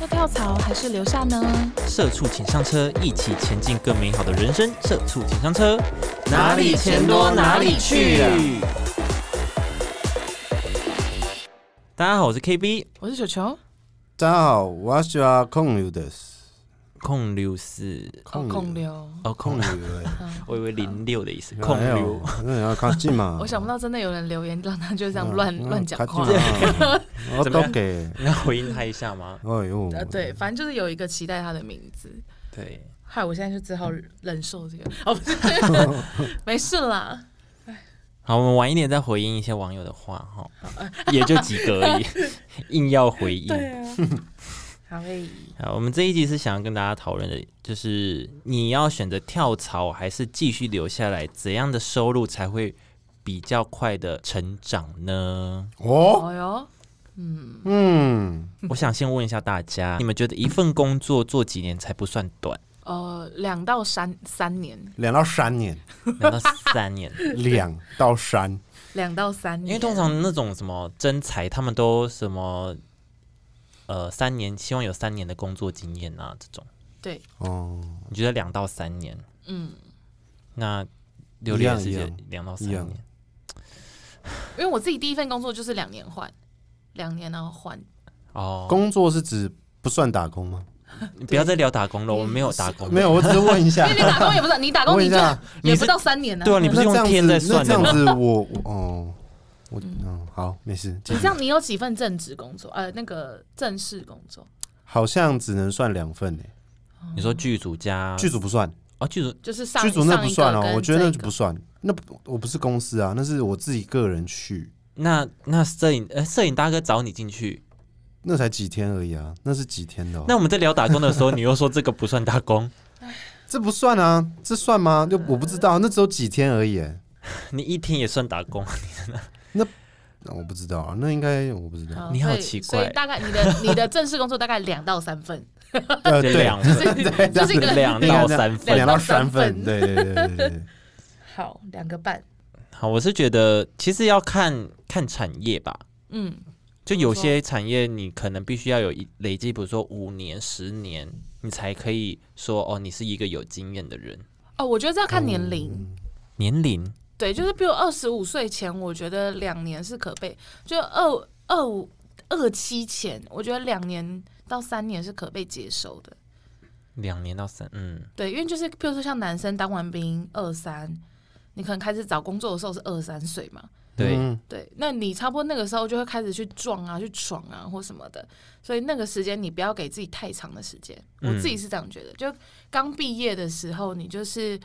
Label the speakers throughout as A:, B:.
A: 要跳槽还是留下呢？
B: 社畜请上车，一起前进更美好的人生。社畜请上车，
A: 哪里钱多哪里去啊
B: 大家好，我是 KB
A: 我是球球，
C: 大家好，我是阿控流的，
B: 控六四
A: 哦孔流。
B: 哦控
C: 控
B: 流，
C: 流嘞，
B: 我以为零六的意思，
C: 哎
B: 控
C: 哎呦
B: 流。
C: 那你要靠近嘛
A: ？我想不到真的有人留言让他就这样
C: 嗯
A: 乱
C: 嗯
A: 乱讲
C: 靠
A: 话
C: 近。嘛 我
B: 怎么
C: 都
B: 样
C: 给，
B: 你要回应他一下吗？
C: 哎呦，
A: 呃，对，反正就是有一个期待他的名字，
B: 对，
A: 害我现在就只好忍受这个。哦，不是， 没事啦。
B: 好，我们晚一点再回应一些网友的话哈，也就几 个而已，硬要回应。
A: 啊。好诶，
B: 好，我们这一集是想要跟大家讨论的，就是你要选择跳槽还是继续留下来，怎样的收入才会比较快的成长呢？
C: 哦，
A: 哦哟，
C: 嗯，
B: 我想先问一下大家，你们觉得一份工作做几年才不算短？
A: 呃，两到三三年，
C: 两到三年，
B: 难道三年？
C: 两到三，
A: 两到三年，
B: 因为通常那种什么真才，他们都什么呃三年，希望有三年的工作经验啊，这种
A: 对，
C: 哦，
B: 你觉得两到三年？
A: 嗯，
B: 那榴
C: 一
B: 莲
C: 样
B: 是
C: 一
B: 也
C: 样
B: 两到
C: 一
B: 三
C: 样
B: 年，
A: 因为我自己第一份工作就是两年换，两年然后换，
B: 哦，
C: 工作是指不算打工吗？
B: 你不要再聊打工了，我们没有打工，
C: 没有，我只是问一下
A: 因为。你打工也不是，你打工
C: 问
A: 你
C: 一
A: 就
C: 下
A: 也
B: 你
A: 不
B: 是
A: 到三年呢、
B: 对啊，你不
C: 那
B: 是用
C: 这样
B: 天
C: 子，
B: 在算
C: 那这
B: 的
C: 样
B: 吗？
C: 子我，我哦，我嗯，好，没事，
A: 你这样，你有几份正职工作？呃，那个正式工作，
C: 好像只能算两份诶，
B: 你说剧组加
C: 剧组不算，
B: 啊，剧组
A: 就是上
C: 剧组那
A: 上
C: 不
A: 一个
C: 算哦
A: 跟，
C: 我觉得那
A: 这
C: 就
A: 个
C: 不算，那不我不是公司啊，那是我自己个人去，
B: 那那摄影呃摄影大哥找你进去，
C: 那才几天而已啊，那是几天的、哦。
B: 那我们在聊打工的时候，你又说这个不算打工，
C: 这不算啊，这算吗？就我不知道，那只有几天而已欸耶。
B: 你一天也算打工，
C: 那我不知道啊，那应该我不知道。
A: 好
B: 你好
A: 哦所以
B: 奇
A: 所以
B: 怪
A: 大概你的你的正式工作大概两到三 份，
C: 呃，
B: 这
C: 对，
B: 两份
A: 就
C: 样
A: 是一个
B: 两
C: 应该
B: 到
C: 这样
B: 三
A: 两
B: 分。
C: 两
A: 到
C: 到
A: 三
C: 三
A: 份
C: 份，对对对对对。
A: 好两个半，
B: 好，我是觉得其实要看看产业吧，
A: 嗯，
B: 就有些产业你可能必须要有一累积，比如说五年、十年，你才可以说哦，你是一个有经验的人。
A: 哦，我觉得这要看年龄。
B: 年龄
A: 对，就是比如二十五岁前，我觉得两年是可被；就二二五二七前，我觉得两年到三年是可被接受的。
B: 两年到三，嗯，
A: 对，因为就是譬如说像男生当完兵二三，你可能开始找工作的时候是二三岁嘛，
B: 对，
C: 嗯
A: 对，那你差不多那个时候就会开始去撞啊、去闯啊或什么的，所以那个时间你不要给自己太长的时间。我
B: 嗯
A: 自己是这样觉得，就刚毕业的时候，你就是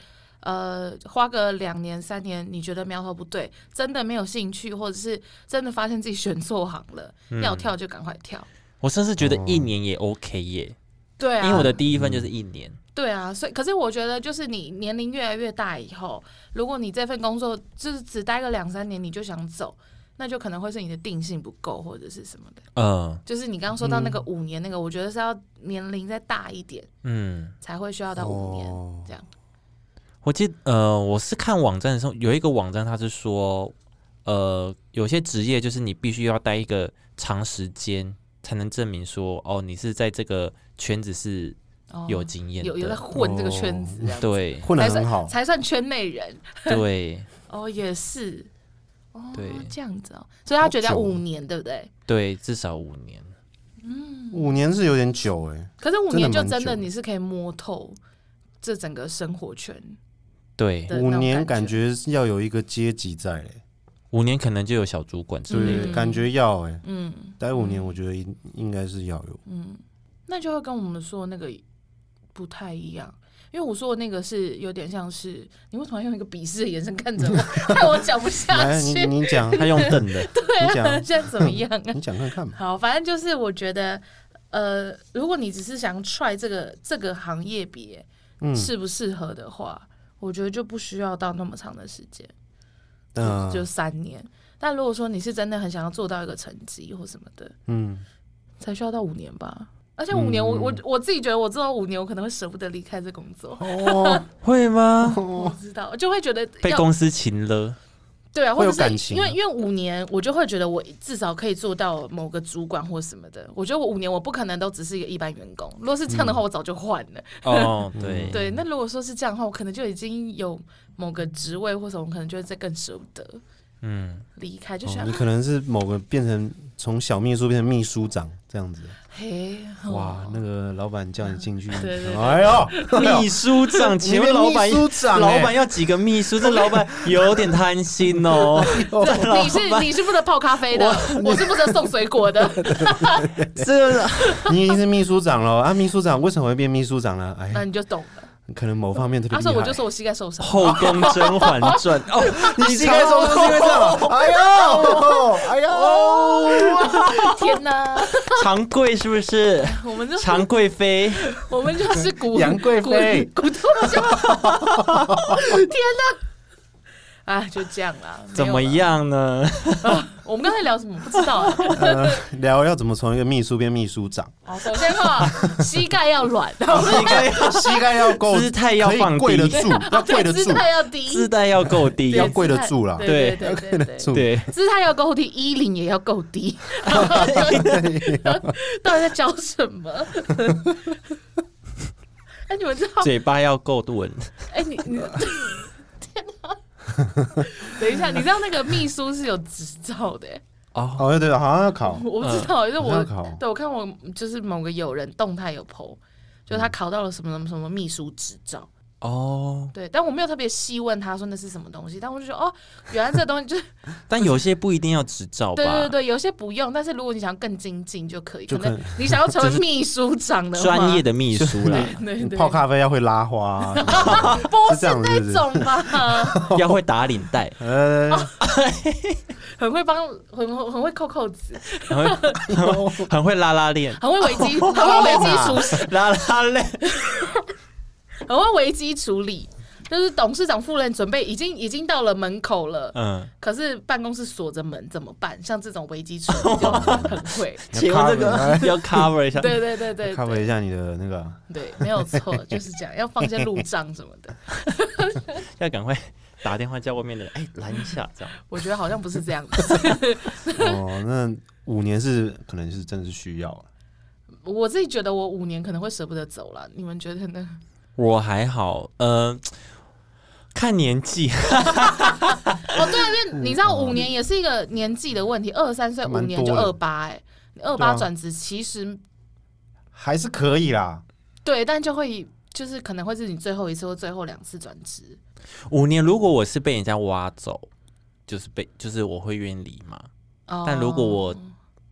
A: 呃花个两年三年，你觉得苗头不对，真的没有兴趣，或者是真的发现自己选错行了，
B: 嗯
A: 要跳就赶快跳。
B: 我甚至觉
C: 哦
B: 得一年也 OK 耶，
A: 对啊，
B: 因为我的第一份
C: 嗯
B: 就是一年。
A: 对啊，所以可是我觉得，就是你年龄越来越大以后，如果你这份工作就是只待个两三年你就想走，那就可能会是你的定性不够或者是什么的。
C: 呃
B: 嗯
A: 就是你刚刚说到那
C: 嗯
A: 个五年那个，我觉得是要年龄再大一点
B: 嗯，
A: 才会需要到五年、
C: 哦
A: 这样。
B: 我记得呃，我是看网站的时候，有一个网站它是说，呃，有些职业就是你必须要待一个长时间才能证明说，哦，你是在这个圈子是
A: 哦
B: 有经验的，
A: 有
B: 哦
A: 有在混这个圈子这样子，
B: 对
C: 混得
A: 才
C: 很好
A: 算，才算圈内人。
B: 对
A: 哦，也是。哦，
B: 对
A: 这样子哦，所以他觉得要五年，对不对？
B: 对，至少五年。
C: 五年是有点久哎。
A: 可是五年就
C: 真的蛮
A: 真的
C: 久
A: 你是可以摸透这整个生活圈
B: 对，
A: 的那
C: 五
A: 种
C: 年
A: 感
C: 感觉是要有一个阶级在嘞，
B: 五年可能就有小主管之类的。
C: 对，感觉要哎，
A: 嗯，
C: 待五年我觉得应应该是要有。
A: 那就会跟我们说那个不太一样。因为我说的那个是有点像是，你为什么要用一个鄙视的眼神看着我， 害我讲不下
C: 来，
A: 去
C: 你。你讲，
B: 他用瞪的，
C: 你
A: 对啊，
C: 讲
A: 现在怎么样啊？
C: 你讲看看嘛。
A: 好，反正就是我觉得，呃，如果你只是想 try 这个这个行业别
C: 嗯
A: 适不适合的话，我觉得就不需要到那么长的时间，
C: 嗯
A: 就三年。但如果说你是真的很想要做到一个成绩或什么的，
C: 嗯，
A: 才需要到五年吧。而且五年我，我、我自己觉得，我做到五年，我可能会舍不得离开这工作。
C: 哦，
B: 会吗？
A: 我不知道，就会觉得
B: 被
A: 要
B: 公司擒了，
A: 对啊，或
C: 会有
A: 者
C: 感
A: 是
C: 情
A: 因为
C: 啊
A: 因为五年，我就会觉得我至少可以做到某个主管或什么的。我觉得我五年我不可能都只是一个一般员工，如果是这样的话，我早就换了。
B: 哦，对
C: 嗯
A: 对，那如果说是这样的话，我可能就已经有某个职位或什么，我可能就会再更舍不得
B: 嗯，
A: 离开，就
C: 哦
A: 想、
C: 你
A: 啊
C: 可能是某个变成从小秘书变成秘书长这样子，
A: 嘿，
C: 哇
A: 哦，
C: 那个老板叫你进去，你
A: 对对对
C: 哎呦，
B: 秘书长，请问
C: 你变
B: 老板
C: 秘书长欸
B: 老板要几个秘书？这老板有点贪心哦，
A: 你是 你是负责泡咖啡的， 我是负责送水果的。
B: 这个
C: 你已经是秘书长了啊！秘书长为什么会变秘书长呢？哎
A: 那
C: 呀，
A: 你就懂了。
C: 可能某方面特别
A: 他
C: 厉
A: 说：“
C: 害。
A: 啊我就说我膝盖受伤。
B: 后宫《甄嬛 传》哦，
C: 你膝盖受伤是因为这样啊？哎
A: 哦
C: 呦，哎呦，
A: 天哪，
B: 长贵是 不是？
A: 我们就
B: 长贵妃，
A: 我们就是古
C: 杨贵妃
A: 古古董家。天哪！ 啊，就这样啦。没有
B: 怎么
A: 了？
B: 样呢？
A: 我们刚才聊什么？不知道啊。
C: 呃聊要怎么从一个秘书变秘 书长？
A: 好，哦首先哈，膝盖要软，然后
C: 膝盖膝盖要够，
B: 姿态要放低
C: 可以跪得住， 要跪 得
A: 姿
C: 住，
A: 态要低，
B: 姿态要够低
A: 对
C: 要，跪得住啦
A: 姿态对对对对对，
C: 住哎
B: 对，
A: 姿态要够低，衣领也要够 低。 到底在教什么？ 哎，你们知道？
B: 嘴巴要够稳。
A: 哎，你 你。天哪等一下，你知道那个秘书是有执照的、哎
B: 哦，
C: 哦，对，好像要考，
A: 我不知道，就是
C: 好
A: 我
C: 像嗯考
A: 对我看我就是某个友人动态有 PO，就是
C: 嗯
A: 他考到了什么什么什么秘书执照，
B: 哦，
A: 对，但我没有特别细问他说那是什么东西，但我就觉得哦，原来这东西就是
B: 但有些不一定要执照
A: 对对
B: 吧？
A: 对，有些不用，但是如果你想要更精进就可以，
C: 就
A: 可
C: 可
A: 能你想要成为秘书长的话
B: 专业的秘书啦，
A: 对对
C: 你
A: 对哦
C: 泡咖啡要会拉花 啊，
A: 不
C: 是
A: 是
C: 这样子是不
A: 那
C: 是
A: 种吧，
B: 要会打领带，
C: 呃，
A: 哦很会帮，很很很会扣扣子，
B: 很会很 会 很会拉拉链，
A: 很会危 机，很会危机处理，
B: 拉拉链。
A: 很会危机处理。就是董事长夫人准备已经已经到了门口了，
B: 嗯，
A: 可是办公室锁着门怎么办？像这种危机处理就很 会。
B: 请问这个 要 cover 一下？
A: 对对对对
C: 咖
A: 对
C: 啡一下你的那个
A: 对，没有错，就是这样，要放一些路障什么的。
B: 要赶快打电话叫外面的人，哎，拦一下，这样。
A: 我觉得好像不是这样 的，
C: 哦，那五年是可能是真的是需要了，
A: 我自己觉得我五年可能会舍不得走了，你们觉得 呢？
B: 我还好，呃，看年纪，
A: 哦，对，因为你知道五年也是一个年纪的问题，二十三岁五
C: 嗯蛮多的
A: 年就二八，哎，二
C: 对
A: 八
C: 啊
A: 转职其实
C: 还是可以啦。
A: 对，但就会就是可能会是你最后一次或最后两次转职。
B: 五年如果我是被人家挖走，就是被就是我会愿意离嘛。
A: 哦
B: 但如果我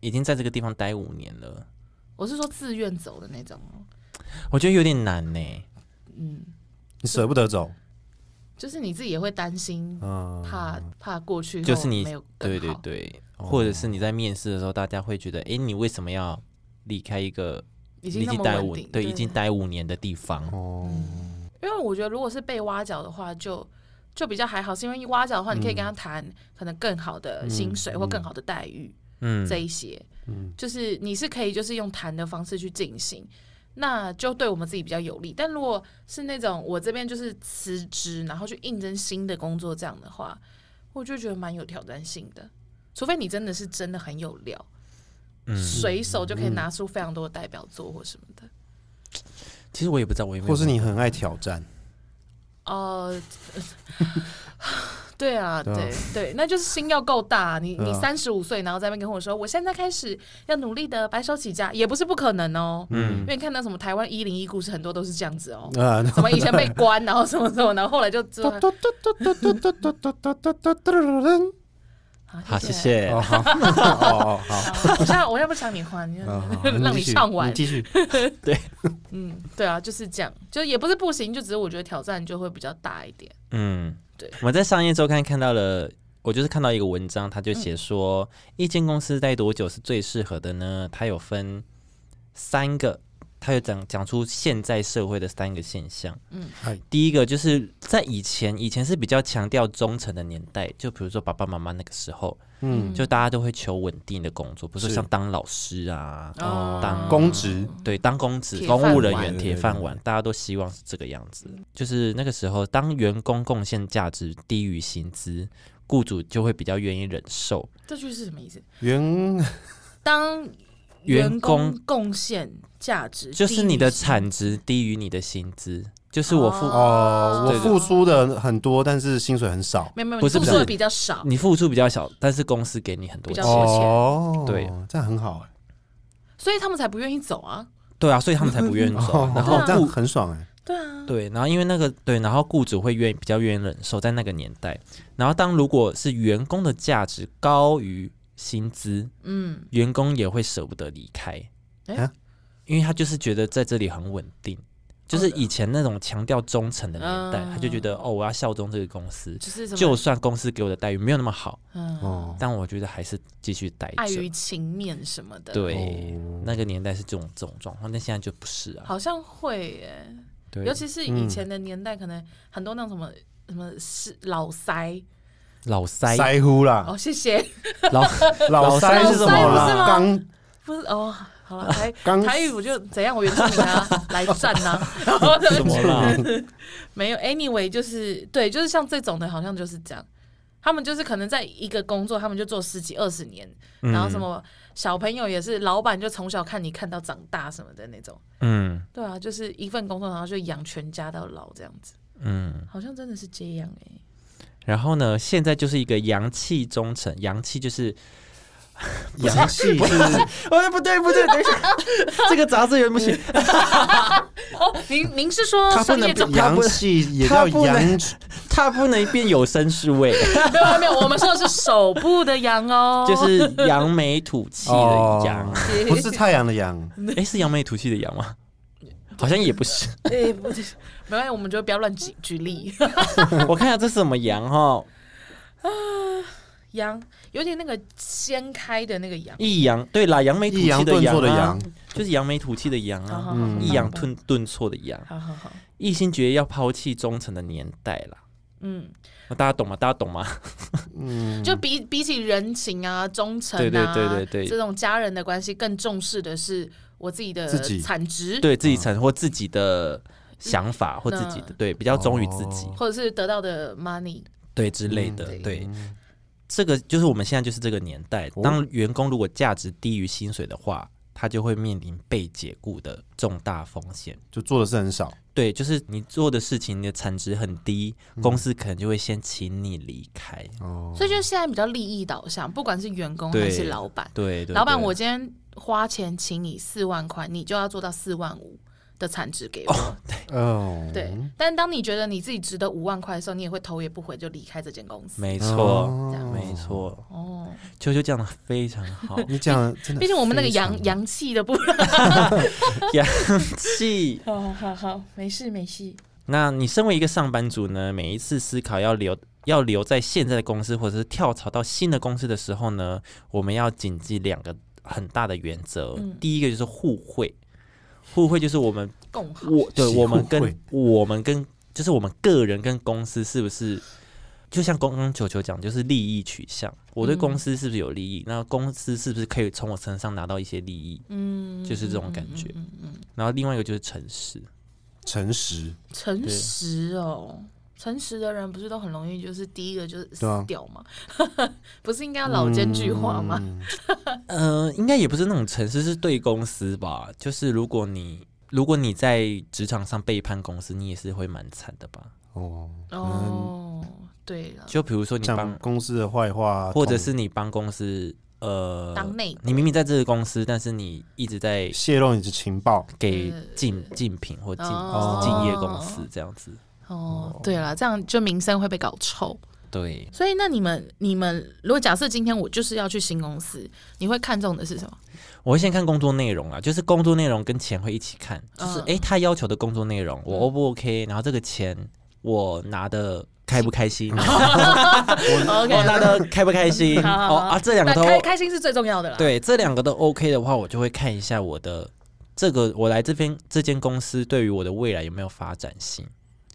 B: 已经在这个地方待五年了，
A: 我是说自愿走的那种，
B: 我觉得有点难呢、
A: 嗯，
C: 你舍不得走，
A: 就是你自己也会担心
C: 嗯，
A: 怕怕过去后
B: 就是你
A: 没有更
B: 对
A: 好哦
B: 对对，或者是你在面试的时候，大家会觉得，哎、你为什么要离开一个
A: 已经那么
B: 待
A: 稳
B: 五
A: 定，
B: 对已经待五年的地方？
C: 哦，
A: 因为我觉得如果是被挖角的话就。就比较还好，是因为一挖角的话，你可以跟他
B: 嗯
A: 谈可能更好的薪水或更好的待遇，
B: 嗯，
A: 这一些，
C: 嗯
A: 就是你是可以就是用谈的方式去进行，那就对我们自己比较有利。但如果是那种我这边就是辞职，然后去应征新的工作这样的话，我就觉得蛮有挑战性的。除非你真的是真的很有料，
B: 嗯
A: 随手就可以拿出非常多的代表作或什么的。
B: 其实我也不知道我有没有，
C: 或是你很爱挑战，
A: 呃， 对啊，
C: 对啊
A: 对对，那就是心要够大。你
C: 对啊
A: 你三十五岁，然后在那边跟我说，我现在开始要努力的白手起家，也不是不可能哦。因
B: 嗯，
A: 为你看到什么台湾一零一故事，很多都是这样子哦。
C: 啊，
A: 什么以前被关，然后什么什么，然后后来就 知道
B: 好，
A: 好，
B: 谢。谢。
C: 哦，好，哦，好，
A: 好啊我现在我现在不想你换，你
C: 啊
A: 就让你唱完。
C: 继续。
A: 嗯，对啊，就是这样，就也不是不行，就只是我觉得挑战就会比较大一点。
B: 嗯，
A: 对。
B: 我们在商业周刊看到了，我就是看到一个文章，他就写说，一间公司待多久是最适合的呢？它有分三个，它有讲讲出现在社会的三个现象。
A: 嗯
C: 嗨
B: 第一个就是在以前，以前是比较强调忠诚的年代，就比如说爸爸妈妈那个时候，
A: 嗯，
B: 就大家都会求稳定的工作，不是
C: 是
B: 像当老师啊。
A: 哦
B: 当
C: 公职
B: 对，当公职、
A: 铁
B: 公务人
A: 饭
B: 员、
C: 碗
B: 铁饭碗，大家都希望是这个样子。就是那个时候，当员工贡献价值低于薪资，雇主就会比较愿意忍受。
A: 这句是什么意思？
C: 员
A: 当
B: 员
A: 员工贡献价值低于薪，
B: 就是你的产值低于你的薪资，就是我付、
C: 哦，我
B: 对对
C: 付出的很多，但是薪水很少。
A: 没有没有，
B: 不是
A: 你付
B: 不
A: 出的
B: 是
A: 比较少，
B: 你付出比较小，但是公司给你很多
A: 比较
B: 钱。
A: 少钱
C: 哦，
B: 对，
C: 这样很好哎，
A: 所以他们才不愿意走啊。
B: 对啊，所以他们才不愿意走啊、
C: 哦
B: 然后
C: 这样
B: 雇
C: 很爽哎，
A: 对啊，
B: 对，然后因为那个对，然后雇主会愿意比较愿意忍受在那个年代。然后当如果是员工的价值高于薪资，
A: 嗯，
B: 员工也会舍不得离开，
A: 诶
C: 啊
B: 因为他就是觉得在这里很稳定。就是
A: 嗯
B: 以前那种强调忠诚的年代，他就觉得哦，我要效忠这个公司，
A: 就是什
B: 就
A: 么，
B: 算公司给我的待遇没有那么好，
A: 嗯，
C: 哦，
B: 但我觉得还是继续待
A: 碍
B: 着
A: 于。情面什么的，，
B: 对，啊
C: 哦
B: 那个年代是这种这种状况，但现在就不是啊。
A: 好像会耶，
B: 对
A: 尤，其是以前的年代，可能很多那种什么。什么是老塞？
B: 老塞
C: 腮乎啦，
B: 嗯
A: 哦，谢谢，
B: 老
C: 老
B: 老
C: 腮
B: 腮
C: 是什么
A: 不是
C: 啦？
A: 吗
C: 刚
A: 不是哦，好了，台
C: 刚
A: 台语我就怎样，我原住民 啊，来战呐、然后
B: 什么啦？
A: 没有，anyway，就是对，就是像这种的，好像就是这样。他们就是可能在一个工作，他们就做十几二十年，
B: 嗯
A: 然后什么小朋友也是，老板就从小看你看到长大什么的那种。
B: 嗯
A: 对啊，就是一份工作，然后就养全家到老这样子，
B: 嗯，
A: 好像真的是这样哎、
B: 然后呢，现在就是一个阳气忠诚，阳气就是，
C: 阳气是
B: 哎，不对不对，等一下， 这个杂志有点不行，
A: 哦，您您是说
B: 他不
A: 商
B: 能
A: 业
B: 比
A: 长？
B: 他不
C: 阳气也
B: 他
C: 叫
B: 不能
C: 阳
B: 它不能变有声书 哎，
A: 没有没有没有，我们说的是手部的羊哦，
B: 就是扬眉吐气的扬
C: 哦，不是太阳的 阳，
B: 哎，是扬眉吐气的扬吗？好像也不是，
A: 对，哎不是没关系，我们就不要乱举举例。
B: 我看一下这是什么扬哈，
A: 羊有点那个掀开的那个羊，
B: 抑扬对啦，扬眉吐
C: 抑
B: 气
C: 扬
B: 的
C: 顿
B: 扬
C: 挫的
B: 啊
C: 阳，，
B: 就是扬眉吐气的扬
A: 好好好
B: 啊，
C: 嗯
B: 抑扬，顿顿挫的扬，
A: 好好好，
B: 一心决意要抛弃忠诚的年代啦，
A: 嗯。
B: 大家懂吗？大家懂吗？
C: 嗯，
A: 就比比起人情啊、忠诚啊，
B: 对对对对对
A: 这种家人的关系，更重视的是我自己的
C: 自己
A: 产值，
B: 对自己产或自己的想法或自己的
A: 那
B: 对比较忠于自己
C: 哦
A: 或者是得到的 money。
B: 对之类的
A: 嗯
B: 对。这个就是我们现在就是这个年代，
C: 哦
B: 当员工如果价值低于薪水的话，他就会面临被解雇的重大风险。
C: 就做的是很少，
B: 对，就是你做的事情，你的产值很低，公司可能就会先请你离开。
C: 嗯哦，
A: 所以就是现在比较利益导向，不管是员工
B: 对
A: 还是老板，
B: 对，对
A: 老板
B: 对
A: 我今天花钱请你四万块，你就要做到四万五的产值给我。
C: 哦，
A: 对，但当你觉得你自己值得五万块的时候，你也会头也不回就离开这间公司。
B: 没
C: 哦，
B: 错，
A: 这样
B: 没错，
A: 哦，
B: 秋秋讲的非常 好，
C: 你讲真的，
A: 毕竟我们那个阳，阳气的部分，
B: 洋气。
A: 好好好好，没事没事。
B: 那你身为一个上班族呢，每一次思考要留要留在现在的公司，或者是跳槽到新的公司的时候呢，我们要谨记两个很大的原则。
A: 嗯
B: 第一个就是互惠，互惠就是我们
A: 共好，
B: 我对
C: 喜
B: 我们
C: 互
B: 跟
C: 惠
B: 我们跟就是我们个人跟公司是不是？就像刚刚球球讲，就是利益取向。我对
A: 嗯
B: 公司是不是有利益？那公司是不是可以从我身上拿到一些利益？
A: 嗯，
B: 就是这种感觉
A: 嗯嗯嗯嗯嗯
B: 然后另外一个就是诚实，
C: 诚实，
A: 诚
B: 对
A: 实哦，诚实的人不是都很容易，就是第一个就是
C: 对啊
A: 死掉吗？不是应该要老奸巨猾吗？
C: 嗯？
B: 呃，应该也不是那种诚实，是对公司吧？就是如果你如果你在职场上背叛公司，你也是会蛮惨的吧？
C: 哦，
A: 哦，对了，
B: 就比如说你
C: 讲
B: 帮，
C: 公司的坏话，
B: 或者是你帮公司，呃，
A: 当内
B: 你明明在这个公司，但是你一直在
C: 同泄露你的情报，
B: 给
A: 是
B: 竞竞品或竞
A: 嗯哦
B: 竞业公司这样子。
A: 哦，对了，这样就名声会被搞臭。
B: 对，
A: 所以，那你们你们如果假设今天我就是要去新公司，你会看重的是什么？
B: 我会先看工作内容啦，就是工作内容跟钱会一起看，就是
A: 嗯
B: 诶，他要求的工作内容我 O 不 OK，然后这个钱我拿的开不开 心。
A: o
B: 哦，那
A: k
B: 的开不开
A: 嗯
B: 心？
A: 哦好好好
B: 哦啊，这两个
A: 那
B: 都
A: 开开心是最重要的啦。，
B: 对，这两个都 OK 的话，我就会看一下我的这个我来这边这间公司对于我的未来有没有发展性。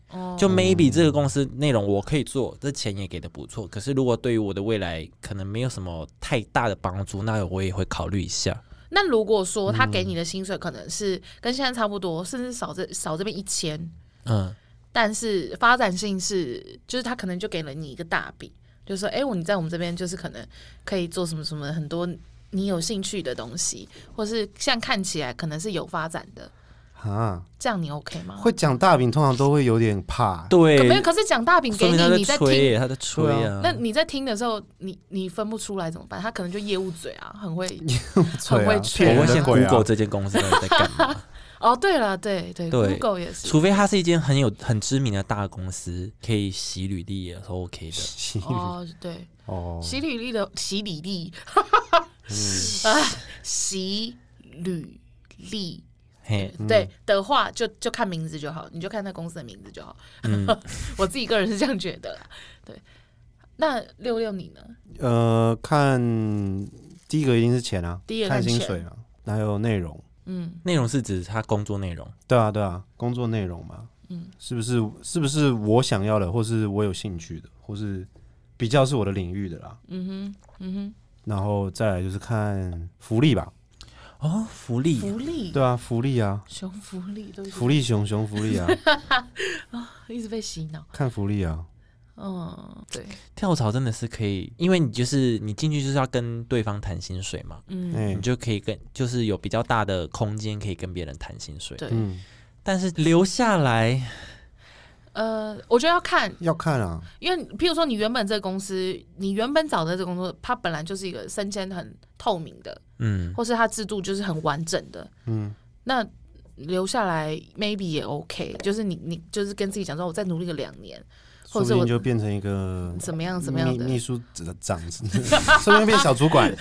A: 哦
B: 就 maybe 这个公司内容我可以做，这钱也给的不错，可是如果对于我的未来可能没有什么太大的帮助，那我也会考虑一下。
A: 那如果说他给你的薪水可能是跟现在差不多，甚至少这少这边一千，
B: 嗯，
A: 但是发展性是，就是他可能就给了你一个大饼，就说，哎、我你在我们这边就是可能可以做什么什么很多你有兴趣的东西，或是像看起来可能是有发展的，
C: 啊，
A: 这样你 OK 吗？
C: 会讲大饼通常都会有点怕，
A: 可没有，
B: 对，
A: 可是讲大饼
B: 说
A: 给
B: 明他
A: 你，你在
B: 在吹
A: 听，
B: 耶，他在吹
C: 对
B: 啊。
A: 那你在听的时候，你你分不出来怎么办？他可能就业务嘴啊，很 会。
C: 吹
A: 会
C: 啊，
A: 吹
C: 骗
B: 我会
C: 人的
B: 先
C: 鬼啊
B: Google 这间公司到底在干 嘛，
A: 哦，对了，对对 g o
B: 对
A: o g l e 也是。
B: 除非它是一间很有很知名的大公司，可以洗履历也是 OK 的。
C: 洗
A: 哦，对，
C: 哦，
A: 洗履历的洗履历， 啊洗履历，
B: 嘿，
A: 对的话就就看名字就好，你就看那公司的名字就好。
B: 嗯，
A: 我自己个人是这样觉得啦。对，那六六你呢？
C: 呃，看第一个一定是钱啊，
A: 第一个
C: 看
A: 看
C: 薪
A: 钱
C: 水啊，还有内容。
A: 嗯，
B: 内容是指他工作内容。
C: 对啊，对啊，工作内容嘛，嗯，是不是是不是我想要的，或是我有兴趣的，或是比较是我的领域的啦。嗯哼，嗯哼。然后再来就是看福利吧，
B: 哦，福利
A: 福利，
C: 对啊，福利啊，
A: 熊福利，对不起，
C: 福利熊熊福 利啊，
A: 一直被洗脑。
C: 看福利啊，
A: 嗯，对，
B: 跳槽真的是可以，因为你就是你进去就是要跟对方谈薪水嘛，
A: 嗯，
C: 哎、
B: 你就可以跟就是有比较大的空间可以跟别人谈薪水。
A: 对，
C: 嗯，
B: 但是留下来，
A: 呃，我觉得要看，
C: 要看啊，
A: 因为譬如说你原本这个公司，你原本找的这个工作，它本来就是一个升迁很透明的，
B: 嗯，
A: 或是它制度就是很完整的，
C: 嗯，
A: 那留下来 maybe 也 OK，就是你你就是跟自己讲说，我再努力个两年，
C: 说
A: 或
C: 不
A: 者是我
C: 定就变成一个
A: 怎么样怎么样
C: 秘秘
A: 的。
C: 书长， 说不定变小主管，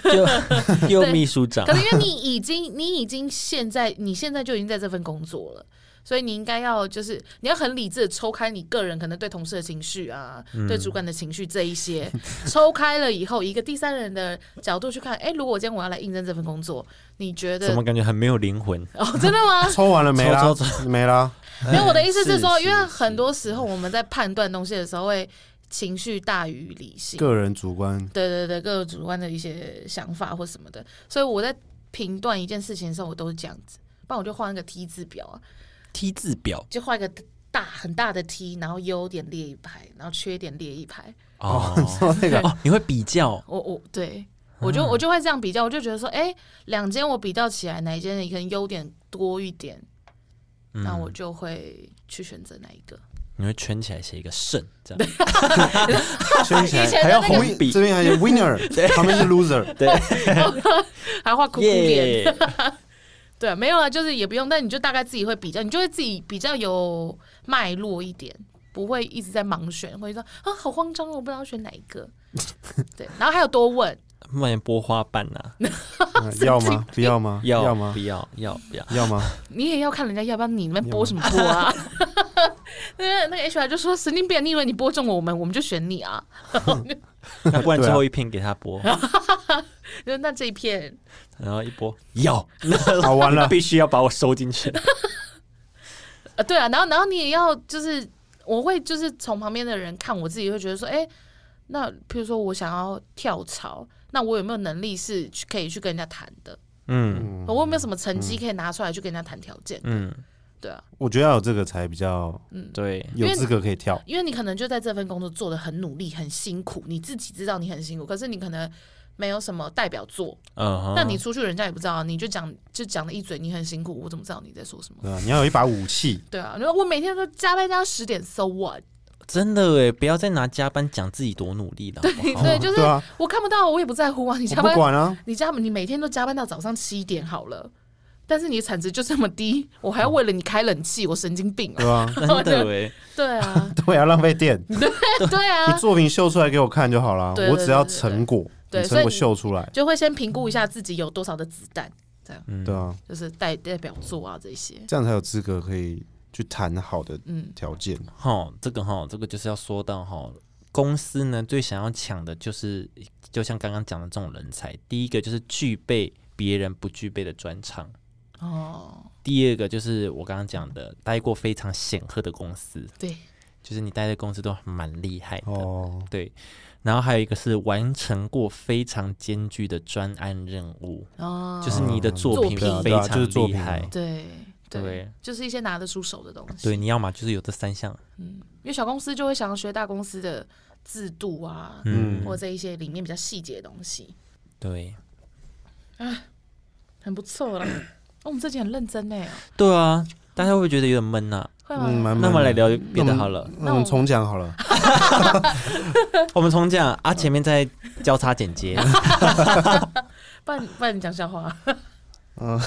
B: 就又秘书长
A: 可，是因为你已经你已经现在你现在就已经在这份工作了。所以你应该要就是你要很理智的抽开你个人可能对同事的情绪啊，
B: 嗯
A: 对主管的情绪这一些，抽开了以后，以一个第三人的角度去看，哎、如果我今天我要来应征这份工作，你觉得
B: 怎么感觉很没有灵魂？
A: 哦，真的 吗？
C: 抽完了没啦
B: 抽，
C: 没啦，
A: 没有，我的意思
B: 哎
A: 是说，因为
B: 是
A: 很多时候我们在判断东西的时候，会情绪大于理性，
C: 个人主观，
A: 对对对，各种主观的一些想法或什么的。所以我在评断一件事情的时候，我都是这样子，不然我就画那个 T 字表啊，
B: T 字表
A: 就画一个大很大的 T，然后优点列一排，然后缺点列一排。
B: 哦
C: 说那个
B: 哦，你会比较
A: 我我对。我就我就会这样比较，我就觉得说，哎、两间我比较起来，哪一间可能优点多一点，那我就会去选择哪一个。
B: 你会圈起来写一个胜这样，
C: 圈起
A: 以前的
C: 来，还要
A: 那
B: 个
C: 红一，这边还 有 winner，旁边是 loser，
A: 还画哭哭脸，
B: 耶，
A: 对，没有啊，就是也不用，但你就大概自己会比较，你就会自己比较有脉络一点，不会一直在盲选，会说啊好慌张哦，我不知道选哪一个。对，然后还有多问，
B: 不然播花瓣呐，
C: 嗯要吗？ 不要吗？
B: 要
C: 吗
B: 不？要要不要？
C: 要吗？
A: 你也要看人家要不要你那边播什么播啊。 那那个 HR 就说神经病，你以为你播中我们，我们就选你啊？
B: 那不然
C: 对啊
B: 最后一篇给他播，
A: 就那这一片
B: 然后一播要，，
C: 好完 了
B: 必须要把我收 进去。
A: 呃，对啊，然后然后你也要就是，我会就是从旁边的人看我自己，会觉得说，哎、那譬如说我想要跳槽，那我有没有能力是去可以去跟人家谈的？
B: 嗯
A: 我有没有什么成
C: 嗯
A: 绩可以拿出来去跟人家谈条件？
B: 嗯，
A: 对啊，
C: 我觉得要有这个才比较
A: 嗯
B: 对，
C: 有资格可以跳。
A: 因为你可能就在这份工作做的很努力、很辛苦，你自己知道你很辛苦，可是你可能没有什么代表作，
B: 嗯哼，
A: 那你出去人家也不知道啊，你就讲就讲了一嘴，你很辛苦，我怎么知道你在说什么？
C: 对啊，你要有一把武器，
A: 对啊，你说我每天都加班加到十点，so what？
B: 真的哎，不要再拿加班讲自己多努力了，好不好？
A: 对，就是
C: 对啊，
A: 我看不到，我也不在乎啊，你
C: 我
A: 加
C: 不
A: 班
C: 管啊，
A: 你加你每天都加班到早上七点好了，但是你的产值就这么低，我
C: 嗯
A: 还要为了你开冷气，我神经病
C: 对
A: 啊！
C: 吧？
B: 真的 哎，
A: 对啊，
C: 对啊，浪费电， 你
A: 对啊，
C: 作品秀出来给我看就好了，
A: 对对
C: 我只要成果，
A: 对对对
C: 你成果秀出来，
A: 就会先评估一下自己有多少的子弹，
B: 嗯
C: 对啊，
A: 就是代代表作啊这些。
C: 这样才有资格可以去谈好的
A: 嗯，
C: 条件。
B: 哈，这个哈，这个就是要说到哈，公司呢最想要抢的就是，就像刚刚讲的这种人才，第一个就是具备别人不具备的专长，
A: 哦，
B: 第二个就是我刚刚讲的，
A: 嗯
B: 待过非常显赫的公司，
A: 对，
B: 就是你待的公司都蛮厉害的，
C: 哦，
B: 对。然后还有一个是完成过非常艰巨的专案任务，
A: 哦，
B: 就是你的作品
A: 作品
B: 非
C: 对啊对啊就
B: 常
C: 是作
B: 厉
C: 品啊
B: 害，
A: 对对
B: 对，
A: 就是一些拿得出手的东西。
B: 对，你要嘛就是有这三项，
A: 因为小公司就会想要学大公司的制度啊，
B: 嗯，
A: 或者一些里面比较细节的东西，
B: 对，
A: 很不错啦。哦，我们这集很认真呢，
B: 对啊，大家会不会觉得有点闷呐、
A: 会
C: 嗯，
A: 吗？
C: 蛮
B: 那我们来，聊别的
C: 嗯
B: 好了，
C: 那我们重讲好了。
B: 我们从这样啊，前面再交叉剪 接，
A: 不然不然你讲笑话啊，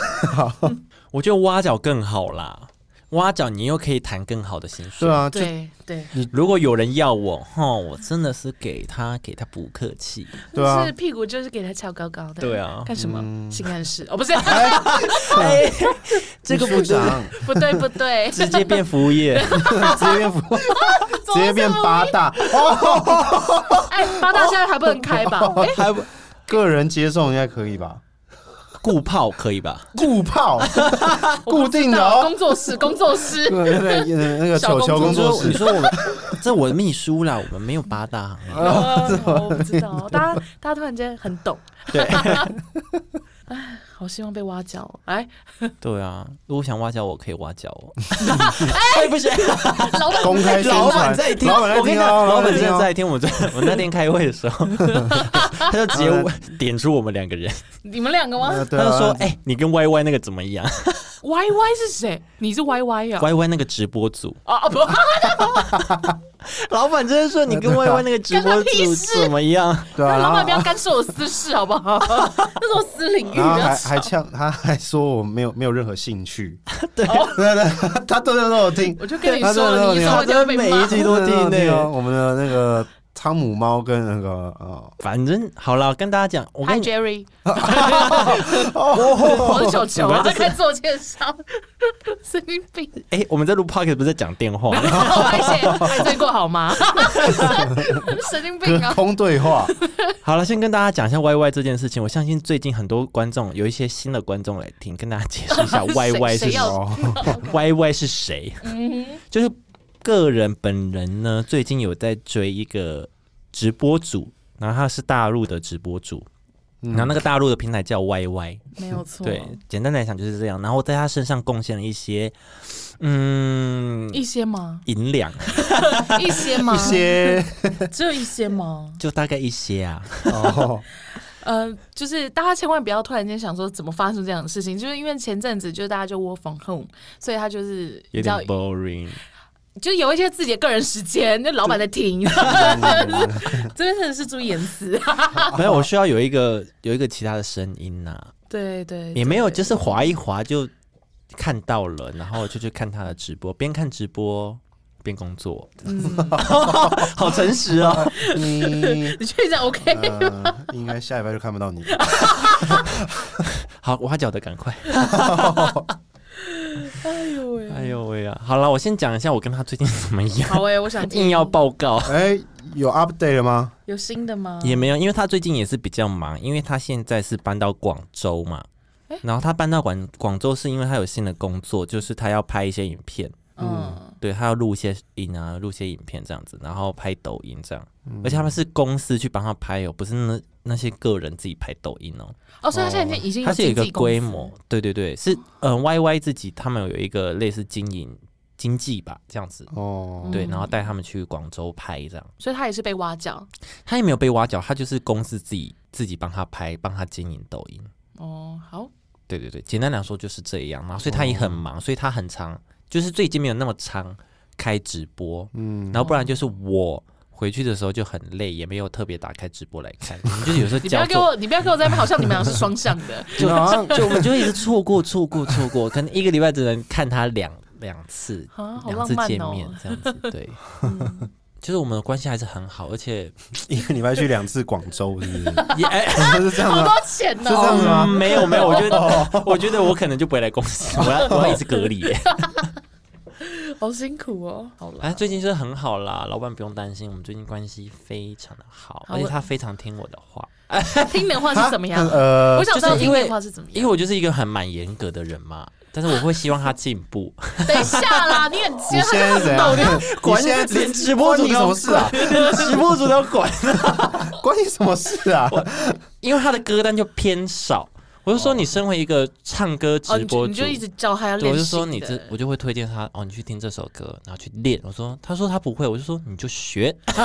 B: 我觉得挖角更好啦，挖角你又可以谈更好的薪水
C: 对。啊，就
A: 对对，
B: 如果有人要我，哈，我真的是给他给他不客气。
C: 对啊
A: 是屁股就是给他翘高高的，
B: 对啊
A: 干什么
C: 嗯
A: 性暗示？哦，不是，
B: 哎，这个不
C: 秘书
B: 对，
C: 长
A: 不对不对，
B: 直接变服务业。
C: 直接变服，直接变八大哦，
A: 哎，八大现在还不能开吧？哎，
C: 还不个人接送应该可以吧？
B: 固炮可以吧？
C: 固炮， 固定的
A: 我不知道
C: 哦，
A: 工作室，工作室，
C: 对对对，那个
A: 小
C: 球球
A: 工
C: 工作
B: 你
C: 室，
B: 说我们，这我的秘书啦，我们没有八大行啊业。
A: 哦我不知道，大家大家突然间很懂，
B: 对
A: 好希望被挖角哦。哎，
B: 对啊，如果想挖角，我可以挖角 哦。哎，不行，
A: 老板
C: 公开宣
B: 老板
C: 传，
B: 在听，
C: 老板在
B: 我跟你
C: 听
B: 讲，
C: 哦，
B: 老板
C: 在
B: 真
C: 听
B: 的
C: 哦
B: 在听。我啊 在我那天开会的时候， 他就直接点出我们两个人，
A: 你们两个吗
C: 呃
B: 他
C: 对
B: 就
C: 啊
B: 说：“哎，你跟 Y Y 那个怎么样
A: ？Y Y 是谁？你是 Y Y 呀？
B: ？Y Y 那个直播组，
A: 哦哦不，
B: 老板真的说你跟 Y Y 那个直播组怎么样？
C: 对啊，
A: 哎老板不要
C: 然后
A: 干涉我私事好不好？ 这是我私领域，啊
C: 然后还
A: 的。
C: 还呛，他还说我没有没有任何 兴趣，对 对对，他都都有听，
A: 我就跟你
C: 他
A: 说
C: 真的
A: 了，
C: 很
A: 你
C: 有
A: 说我就会被
B: 他真的每
A: 骂
B: 一。集都听哦
C: 那
B: 呢
C: 个我们的那个汤姆猫跟那个呃，
B: 反正好了，跟大家讲，我
A: Hi
B: 跟你
A: Jerry，我
C: 哦
A: 是小球啊，在看自我介绍， 神经病，
B: 哎，我们在录 podcast 不是在讲电
C: 哦
B: 话？
A: 好危险，还追过好 吗？ 神经病
C: 隔
A: 啊！
C: 空对话，
B: 好了，先跟大家讲一下 YY 这件事情。我相信最近很多观众有一些新的观众来听，跟大家解释一下 YY 是
A: 谁 要
C: 哦，
B: YY 是谁。
A: 嗯
B: 就是个人本人呢，最近有在追一个直播主，然后他是大陆的直播主，
C: 嗯
B: 然后那个大陆的平台叫 YY。
A: 没有错
B: 对，简单来讲就是这样。然后在他身上贡献了一些，嗯，
A: 一些吗？
B: 银两，
A: 一些吗？
C: 一些
A: 只有一些吗？
B: 就大概一些啊。
C: 哦，
A: 呃，就是大家千万不要突然间想说怎么发生这样的事情，就是因为前阵子就大家就 work from home，所以他就是比
B: 有点
A: 较
B: boring，
A: 就有一些自己的个人时间，那老板在 听，这边真的是注意隐私。
B: 没有，我需要有一个有一个其他的声音呐、
A: 对对，
B: 也没有，
A: 对
B: 就是滑一滑就看到了，然后就去看他的直播，边看直播边工作， 好诚实哦。
C: 你
A: 你确讲 OK？
C: 呃，应该下礼拜就看不到你。
B: 好，挖角的赶快。
A: 哎呦喂，
B: 哎呦喂啊！好了，我先讲一下我跟他最近怎 么样，
A: 好哎，我想
B: 硬
A: 听
B: 要报告
C: 哎，有 update 了吗？
A: 有新的吗？
B: 也没有，因为他最近也是比较忙，因为他现在是搬到广州嘛
A: 哎。
B: 然后他搬到广广州是因为他有新的工作，就是他要拍一些影片，
A: 嗯，
B: 对他要录一些音啊，录一些影片这样子，然后拍抖音这样，
A: 嗯
B: 而且他们是公司去帮他拍哦，不是那那些个人自己拍抖音哦，
A: 哦，所以他现在已经
B: 它是有一个
A: 经纪公司
B: 规模，对对对，是嗯、呃 YY 自己他们有一个类似经营经济吧这样子，
C: 哦，
B: 对，
A: 嗯
B: 然后带他们去广州拍这样，
A: 所以他也是被挖角
B: 他也没有被挖角，他就是公司自己自己帮他拍，帮他经营抖音，
A: 哦。好，
B: 对对对，简单来说就是这样，然后所以他也很忙，所以他很长，就是最近没有那么长开直播，
C: 嗯，
B: 然后不然就是我回去的时候就很累，也没有特别打开直播来看，我们就是有时候
A: 你不要
B: 叫
A: 给
B: 做。
A: 我，你不要给我在那边好像你们俩是双向 的。
C: 就好像
B: 就我们就一直错过错过错过，可能一个礼拜只能看他两两次，
A: 啊，好
B: 两
A: 浪
B: 次
A: 漫
B: 见
A: 哦！
B: 面这样子，对。 就是我们的关系还是很好，而且
C: 一个礼拜去两次广州，是不是？
B: 也、哎
C: 是这样
A: 好
C: 吗？
A: 多钱
C: 是这
A: 哦！
C: 样子吗
B: 嗯没有没有，我觉得我觉得我可能就不会来公司，我要我要一直隔离。哎
A: 好辛苦哦。好了，
B: 哎，最近就是很好啦，老板不用担心，我们最近关系非常的好，
A: 好
B: 而且他非常听我的话，
A: 听你的话是怎么样？
C: 呃
A: 我，想知道
B: 啊就是
A: 听你
B: 因为
A: 的话是怎么
B: 因
A: 样。
B: 为我就是一个很蛮严格的人嘛，但是我会希望他进 步。
A: 等一下啦， 你很
C: 你
A: 贱，
C: 现在是怎样？你现在
B: 连直播主都
C: 关你
B: 要
C: 什么事啊？
B: 管？直播主都 要管，
C: 关你什么事啊？
B: 因为他的歌单就偏少。我我是说你身为一个唱歌直
A: 哦，你
B: 播
A: 就你
B: 主，
A: 就一直教他要
B: 对
A: 练
B: 我
A: 习
B: 就
A: 的。
B: 说你这，我就会推荐他哦，你去听这首歌，然后去练。我说，他说他不会，我就说你就学。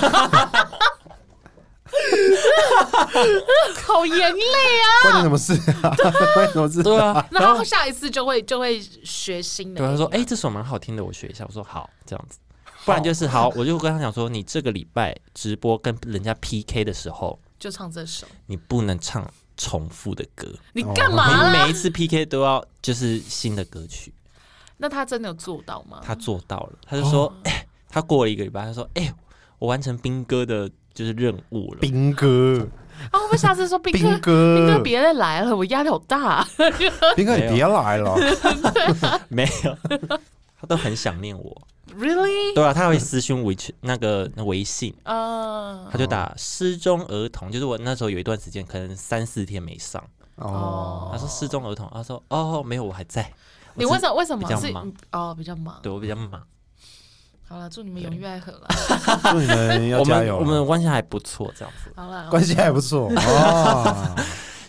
A: 好严厉啊！
C: 关你什么事 啊？关你什么事？
B: 对啊，
A: 然后下一次就会就会学新的。
B: 对他说，哎、，这首蛮好听的，我学一下。我说好，这样子。不然就是好，我就跟他讲说，你这个礼拜直播跟人家 PK 的时候，
A: 就唱这首，
B: 你不能唱重复的歌，
A: 你干嘛
B: 你
A: 啦？
B: 每一次 PK 都要就是新的歌曲。
A: 那他真的有做到吗？
B: 他做到了，他就说，哎、他过了一个礼拜，他说，哎、我完成兵哥的就是任务了。
C: 兵哥，
A: 啊，我们下次说斌哥
C: 兵，
A: 斌哥
C: 哥，
A: 别再来了，我压力好 大。啊
C: 兵哥，你别来 了。
B: 没有， 他都很想念我。
A: Really？
B: 对啊，他会私讯微群那个那微信，
A: 啊
B: 他就打失踪儿童，就是我那时候有一段时间可能三四天没上，
C: 哦，
B: 他说失踪儿童，他说哦没有我还在，我
A: 你
B: 只
A: 为什么为什
B: 比
A: 么
B: 较
A: 是
B: 忙
A: 哦比较忙？
B: 对我比较忙，
A: 好了，祝你们
B: 对
A: 永浴爱河了。
C: 祝你们要
B: 我
C: 加
B: 们
C: 油啊
B: 我
C: 了，
B: 们关系还不错，这样子
A: 好 了，
C: 关系还不 错 哦。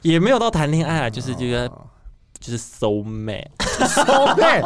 B: 也没有到谈恋爱啊，就是这个就是 so man，
C: o k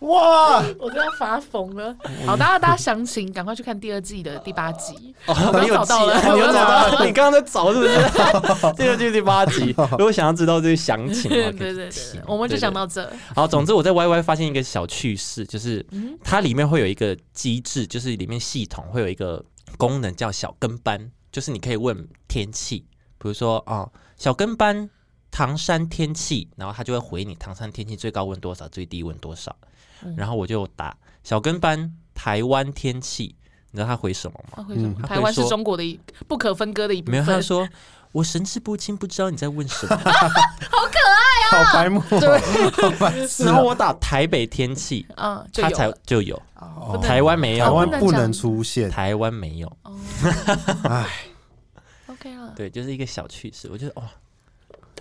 C: 哇，
A: 我都要发疯了。
B: 嗯
A: 好，大家大家详情赶快去看第二季的第八集。我刚
B: 你有
A: 哦找到
B: 记
A: 了
B: 啊 你
A: 我
B: 有找
A: 找
B: 到
A: 到
B: 了，
A: 了
B: 你刚刚在找是不 是？这个就是第八集，如果想要知道这些详情
A: 对
B: 的
A: 对
B: 话，可
A: 对
B: 以去
A: 对
B: 听，
A: 我们就
B: 对
A: 讲
B: 对
A: 到这。
B: 好，总之我在 YY 发现一个小趣事，就是
A: 嗯
B: 它里面会有一个机制，就是里面系统会有一个功能叫小跟班，就是你可以问天气，比如说哦，小跟班唐山天气，然后它就会回你唐山天气最高温多少，最低温多少。
A: 嗯
B: 然后我就打小跟班台湾天气，你知道他回什么
A: 啊
B: 吗？
A: 他会什么
B: 嗯
A: 台湾是
B: 他会说
A: 中国的一不可分割的一部
B: 没有，他就
A: 分。
B: 说。我神志不清，不知道你在问什么。
C: 好白目，哦好白痴
B: 然
C: 啊
B: 后！我打台北天气，
A: 嗯，就
B: 他
A: 有
B: 才
A: 了
B: 就有。
A: 哦不能
B: 台湾没有，
C: 台湾
A: 不
C: 不
A: 能
C: 能出现，
B: 台湾没有。
A: 哦
C: 唉，
A: OK 了。
B: 对，就是一个小趣事。我觉得哇，哦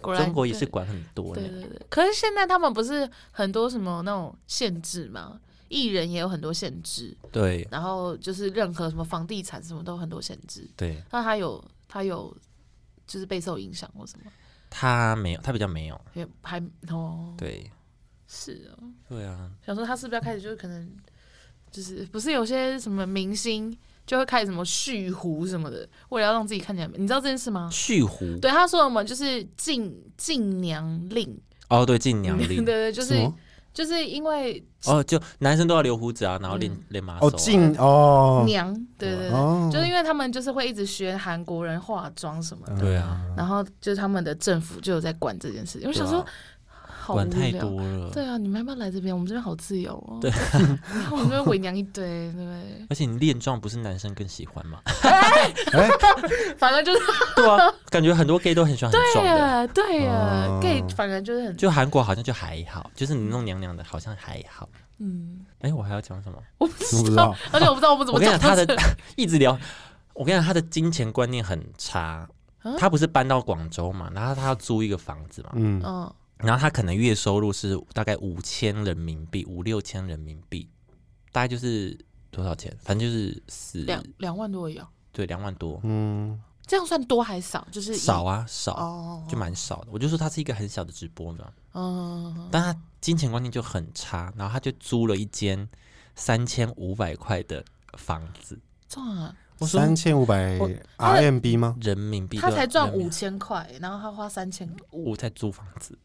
A: 果然
B: 中国也是
A: 对
B: 管很多
A: 对
B: 呢。
A: 对对，可是现在他们不是很多什么那种限制吗？艺人也有很多限制，
B: 对
A: 然后就是任何什么房地产什么都很多限制。
B: 对，
A: 那他有他有就是备受影响或什么？
B: 他没有，他比较没有。
A: 也还哦，
B: 对
A: 是哦。
B: 对啊，
A: 想说他是不是要开始就是可能就是不是有些什么明星就会开始什么蓄胡什么的，为了要让自己看起来美，你知道这件事吗？
B: 蓄胡
A: 嗯对，他说我们就是禁禁娘令，
B: 哦，对，禁娘
A: 对
B: 令
A: 对，就
C: 什
A: 是
C: 么？
A: 就是因为
B: 哦，就男生都要留胡子啊，然后练
A: 嗯
B: 练马
C: 哦，
B: 禁
C: 进哦，
A: 娘，对对对，
C: 哦，
A: 就是因为他们就是会一直学韩国人化妆什么的，
B: 对啊，
A: 然后就是他们的政府就有在管这件事情。我
B: 对啊
A: 想说，好无
B: 管太
A: 聊。
B: 多了。
A: 对啊，你们要不要来这边？我们这边好自由哦。对，然 后我们这边伪娘一堆，对不对？
B: 而且你练壮不是男生更喜欢 吗？
C: 哎，
A: 反正就是
B: 对啊，感觉很多 gay 都很喜欢很
A: 对啊
B: 壮的。
A: 哎呀，对呀
C: 哦
A: ，gay 反正就是很
B: 就韩国好像就还好，就是你弄娘娘的，好像还好。
A: 嗯，
B: 哎，我还要讲什么？
A: 我不
C: 我不
A: 知
C: 知
A: 道
C: 道，
A: 而且我不知道我们怎
B: 我
A: 么
B: 跟你
A: 讲
B: 讲，他
A: 到这。
B: 的一直聊，我跟你讲，他的金钱观念很差
A: 啊。
B: 他不是搬到广州嘛，然后他要租一个房子嘛，
C: 嗯，
A: 嗯，
B: 然后他可能月收入是大概五千人民币，五六千人民币，大概就是多少钱？反正就是四
A: 两两万多而已哦，
B: 对两万多，
C: 嗯，
A: 这样算多还少？就是以
B: 少啊少，
A: 哦，
B: 就蛮少的。我就说他是一个很小的直播嘛，
A: 嗯，
B: 但他金钱观念就很差，然后他就租了一间三千五百块的房子，
A: 这样啊，
B: 我说
C: 三千五百
B: 我
C: RMB 吗？
B: 人民币
A: 他才赚五
B: 千
A: 千块，然后他花三千五，
B: 五才租房子，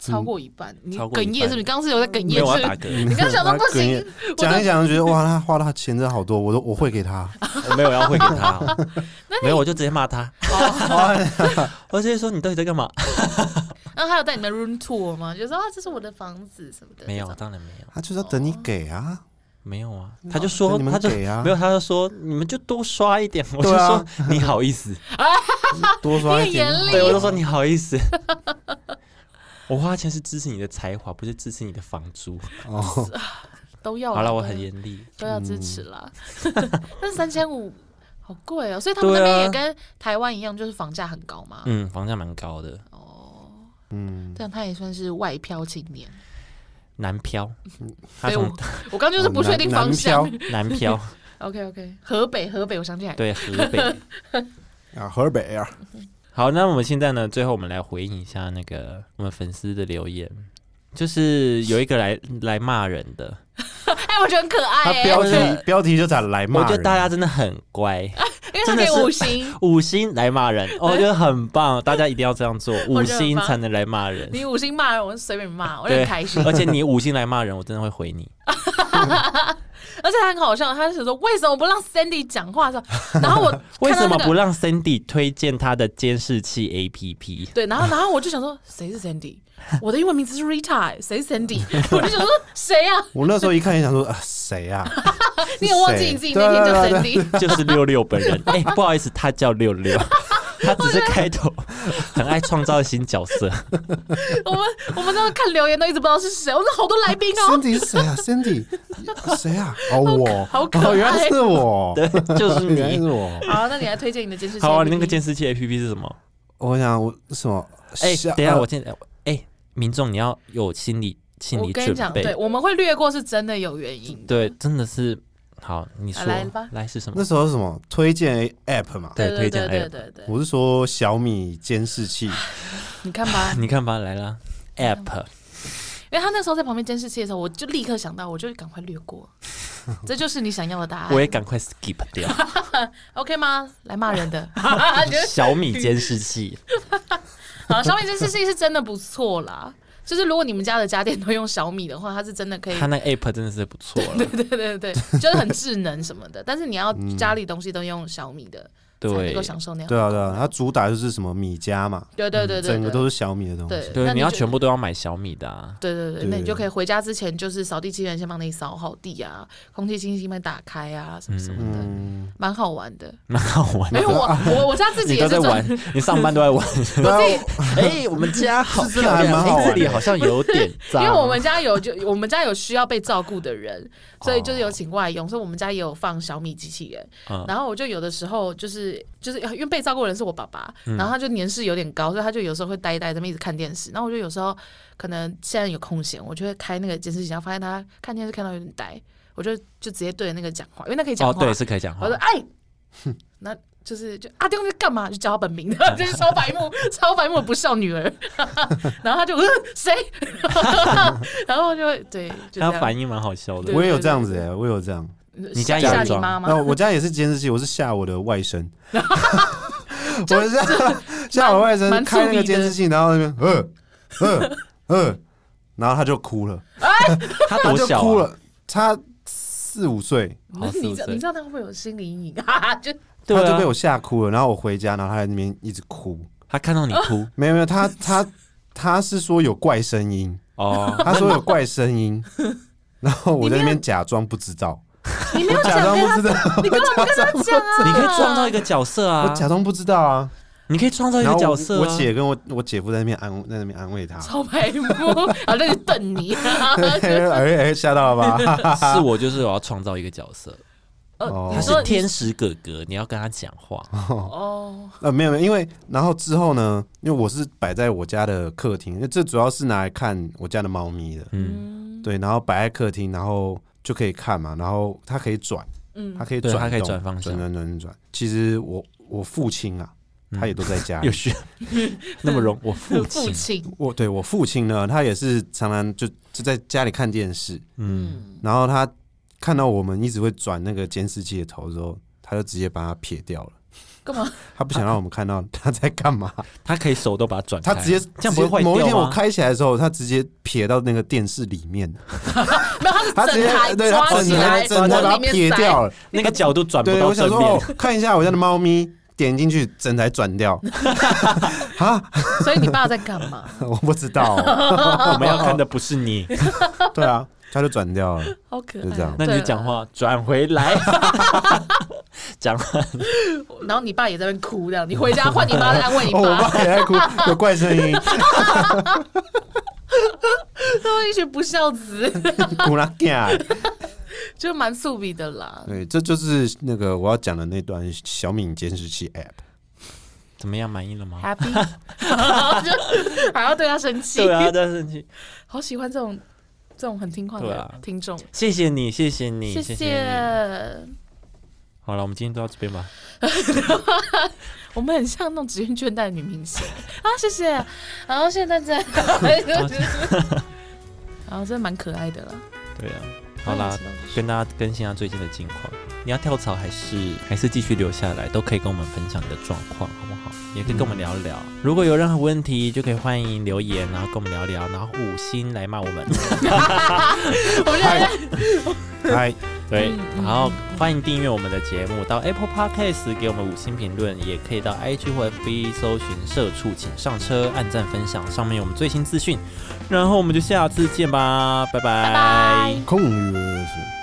A: 超过一半。你
B: 超过
A: 哽
B: 一半
A: 咽是不是？你刚刚是有在哽
B: 没
A: 咽
B: 有我
A: 是
B: 要
A: 不
B: 打
A: 是？
B: 嗝，
A: 你刚想到不
C: 哽
A: 行
C: 咽，讲一讲，就觉得哇，他花的钱真的好多，我都我会给他，
B: 我嗯没有要汇给他哦、没有我就直接骂他，我直接说你到底在干嘛？
A: 然后他有带你们 room tour 吗？就说啊，这是我的房子什么的。
B: 没
A: 这
B: 有，
A: 种，
B: 当然没有。
C: 他就是要等你给啊，
B: 没有啊，他就说，
C: 等你们
B: 他就
C: 给啊
B: 没有，他就说你们就多刷一点，我就
C: 对啊
B: 说 你好意思，
C: 多刷一点
A: 你很严厉
B: 对我就说你好意思， 我花钱是支持你的才华，不是支持你的房租。
C: 哦，
A: 都要啦。
B: 好了，
A: 都
B: 我
A: 要
B: 很严厉，
A: 都要支持啦。 但是三千五好贵哦，所以他们那边
B: 嗯对啊
A: 也跟台湾一样，就是房价很高嘛。
B: 嗯，房价蛮高的，
A: 哦，
C: 嗯，
A: 这样他也算是外漂青年。
B: 南漂，他
A: 所
C: 嗯
A: 以我
B: 从 哦
A: 我刚就是不确定方向
C: 南。
B: 南
C: 南
B: 漂，
A: OK OK，河北河北，我想起来，
B: 对河北，
C: 漂啊，河北啊，
B: 好，那我们现在呢，最后我们来回应一下那个我们粉丝的留言，就是有一个来来骂人的，
A: 哎，我觉得很可爱
C: 他
A: 哎、
C: 标
A: 我觉得
C: 题标题就打来
B: 我
C: 骂
B: 觉得
C: 人，
B: 大家真的很乖，
A: 因为他
B: 真的
A: 给
B: 是
A: 五 星，
B: 五星来骂 人，哦我觉得很棒，大家一定要这样做，五
A: 我觉得很棒
B: 星才能来骂人。
A: 你五星骂人，我就随便骂，我就
B: 对
A: 很开心。
B: 而且你五星来骂人，我真的会回你。
A: 而且他很好笑，他是说为什么不让 Sandy 讲 话的时候，然后我
B: 为
A: 看到那
B: 什么
A: 个
B: 不让 Cindy 推荐他的监视器 APP？
A: 对，然后然后我就想说谁是 Sandy，我的英文名字是 Rita，谁欸是 Sandy？我 就想说谁呀、啊？
C: 我那时 候一看就想说啊，谁啊？
A: 你也忘记你自己
C: 对
A: 那天叫
C: 对对
A: Sandy，
B: 就是六六本 人。哎、不好意思，他叫六六，他只是开头很爱创造新角 色。啊
A: 我们我们都看留言都一直不知道是谁，我们好多来宾 哦。
C: Cindy 是谁啊？Cindy 谁啊？哦，我
A: 好可爱
C: 哦，原来是 我，
B: 对，就是
C: 原来是
B: 你。
C: 我。
A: 好，那你来推荐你的监视器 APP。
B: 好啊，你那个监视器 APP 是什么？
C: 我想我什么？
B: 哎、
A: 啊
C: 下
B: 等一下，
C: 呃
B: 我现在，哎、民众你要有心理心
A: 我
B: 理
A: 跟你
B: 准
A: 讲，
B: 备。
A: 对，我们会略过是真的有原因。
B: 对，真的是好，你说
A: 啊来吧
B: 来是什么
C: 那？时候是什么推荐 App 嘛？
B: 对
A: 对
B: 推荐哎
A: 对
B: app
A: 对对对，
C: 我是说小米监 视器，
A: 你看 吧，
B: 你看吧，来啦
A: 嗯
B: App，
A: 哎因为他那时候在旁边监视器的时候，我就立刻想到，我就赶快略 过，这就是你想要的答案。
B: 我也赶快 skip 掉
A: OK 吗？来骂人 的。
B: 小米监视器。
A: 好，小米这件事情是真的不错啦。就是如果你们家的家电都用小米的话，它是真的可以
B: 它，那 app 真的是不错了，
A: 对对对对，就是很智能什么的。但是你要家里东西都用小米的，才能
B: 嗯对
A: 够享受那样。
C: 对啊对啊，它主打就是什么米家嘛，嗯
A: 对对对对
C: 整个
A: 对，
C: 都是小米的东西。
A: 对，那
B: 对，你要
A: 就
B: 全部都要买小米的啊。
A: 对对对，
C: 对
A: 那你就可以回家之前，就是扫地机器人先帮你扫好地啊，空气清新机门打开啊，什么什么的，
C: 嗯，
A: 蛮好玩的。
B: 蛮好玩
A: 没
B: 的。
A: 有我我我家自己
B: 啊你
A: 也
B: 都
A: 是
B: 在
A: 这
B: 玩
A: 样，，
B: 你上班都在玩。
A: 我
C: 啊
A: 自己
B: 哎，我们家好
C: 是真的还
B: 漂亮
C: 蛮好
B: 哎
C: 玩
B: 这里
C: 的
B: 好像有点脏。
A: 因为我们家有就 我们家有需要被照顾的人，所以就是有请外佣，所以我们家也有放小米机器人。
B: 哦嗯
A: 然后我就有的时候就是就是呃因为被照顾的人是我爸爸，
B: 嗯
A: 然后他就年事有点高，所以他就有时候会呆呆这么一直看电视。然后我就有时候可能现在有空闲，我就会开那个监视器，然后发现他看电视看到有点呆，我就就直接对着那个讲话，因为那可以讲
B: 哦，
A: 话。
B: 对，是可以讲话
A: 我说。哎，那就是就阿丁在干嘛？就叫他本名的，就是超白目，超白目的不孝女儿。 然后他就呃谁， 然后就会对，就这
B: 他
A: 样
B: 反应蛮好笑的
A: 对。
C: 我也有这样子哎，我有这样。
A: 你
B: 家也有
A: 吓你
B: 装
A: 妈
C: 那
A: 妈？
C: 我家也是监视器，我是吓我的外 甥， 我是吓 吓我外甥
A: 蛮
C: 开那
A: 蛮注
C: 个
A: 意的
C: 监视器，然后那边呃呃呃，然后他就哭了，
B: 他
C: 他
B: 多
C: 就
B: 小
C: 哭
B: 啊？
C: 了，他四五岁，
A: 那
B: 好
A: 你
B: 四
A: 知
B: 五
A: 道
B: 岁
A: 你知道他会不会有心理阴影？ 哈哈就
B: 对
C: 他就被
B: 啊，
C: 我吓哭了。然后我回家，然后他在那边一直哭，
B: 他看到你 哭
C: 没有没有，他他他是说有怪声音，
B: 哦。
C: 他说有怪声音，然后我在那
A: 你没有
C: 边假装不知道，
A: 你没有
C: 我假
A: 想
C: 装
A: 跟
C: 不
A: 他
C: 知道，
A: 你根本不跟他讲啊！
B: 你可以创造一个角色
C: 我
B: 啊！
C: 假装不知道啊。
B: 你可以创造一
C: 然
B: 个
C: 后
B: 角
C: 我
B: 色啊。
C: 我姐跟我我姐夫在那边安在那边安慰他，
A: 超白目，好那就瞪你。 啊
C: 哎哎，吓到了吧？
B: 是我，就是我要创造一个角色。
A: 呃
C: 哦
B: 他
A: 你
B: 是
A: 说
B: 天使哥哥，你要跟他讲话。
A: 哦，
C: 呃，没有没有，因为然后之后呢，因为我是摆在我家的客厅，因为这主要是拿来看我家的猫咪的，
B: 嗯，
A: 嗯
C: 对，然后摆在客厅，然后就可以看嘛，然后它可以转，
A: 嗯
C: 它，可以
B: 对
C: 转动，
B: 它可以转方向
C: 转转转转。其实我我父亲啊，他也都在家里
B: 嗯 有，需要那么 容我父
A: 父
B: 亲。
A: 亲，
C: 我对我父亲呢，他也是常常就就在家里看电视，
B: 嗯，
A: 嗯，
C: 然后他看到我们一直会转那个监视器的头之后，他就直接把它撇掉了。
A: 干嘛？
C: 他不想让我们看到他在干嘛，
B: 他可以手都把它转开。
C: 他直接
B: 哎这样不会坏掉吗
C: 某一天我开起来的时候，他直接撇到那个电视里面，
A: 没有，他是
C: 他直接
A: 整台
C: 对
A: 抓
C: 他
A: 起
C: 整
A: 来
C: 台整台
A: 往
C: 把它
A: 里面
C: 撇
A: 塞
C: 掉了。
B: 那个角度转不
C: 对，
B: 到
C: 我想
B: 正
C: 说
B: 面
C: 哦。，看一下我家的猫咪，点进去整台转掉。 啊，
A: 所以你爸在干嘛？
C: 我不知道哦，
B: 我们要看的不是 你，
C: 对啊，他就转掉了。
A: 好可爱、啊
C: 就这样
B: 那你就讲。话转回 来，讲话
A: 然后你爸也在那边哭，这样你回家换你妈在安慰你
C: 哦，我
A: 爸，
C: 爸也在哭，有怪声音，
A: 都一群不孝子，
C: 哭啦干。
A: 就蛮素比的啦。
C: 对，这就是那个我要讲的那段小米监视器 App。
B: 怎么样？满意了吗？
A: Happy，然后就还要对他生气
B: 对，啊，但是你
A: 好喜欢这种这种很听话
B: 对
A: 的
B: 啊
A: 听众，
B: 谢谢你，谢谢你，
A: 谢
B: 谢你。
A: 谢。
B: 好了，我们今天就到这边吧。
A: 我们很像那种职业倦怠的女明星 啊！谢谢，好，谢谢大 家。 然后真的蛮可爱 的啦。
B: 对啊，好啦，跟大家更新下最近的近况。你要跳槽还是还是继续留下来，都可以跟我们分享你的状况，好不好？也可以跟我们聊聊。如果有任何问题，就可以欢迎留言，然后跟我们聊聊，然后五星来骂我们。
A: 我们俩
C: 嗨，
B: 对
A: 嗯，
B: 然后欢迎订阅我们的节目，到 Apple Podcast 给我们五星评论，也可以到 IG 或 FB 搜寻“社畜请上车”，按赞分享，上面有我们最新资讯。然后我们就下次见吧，拜拜
A: 拜拜。
C: 空余二十。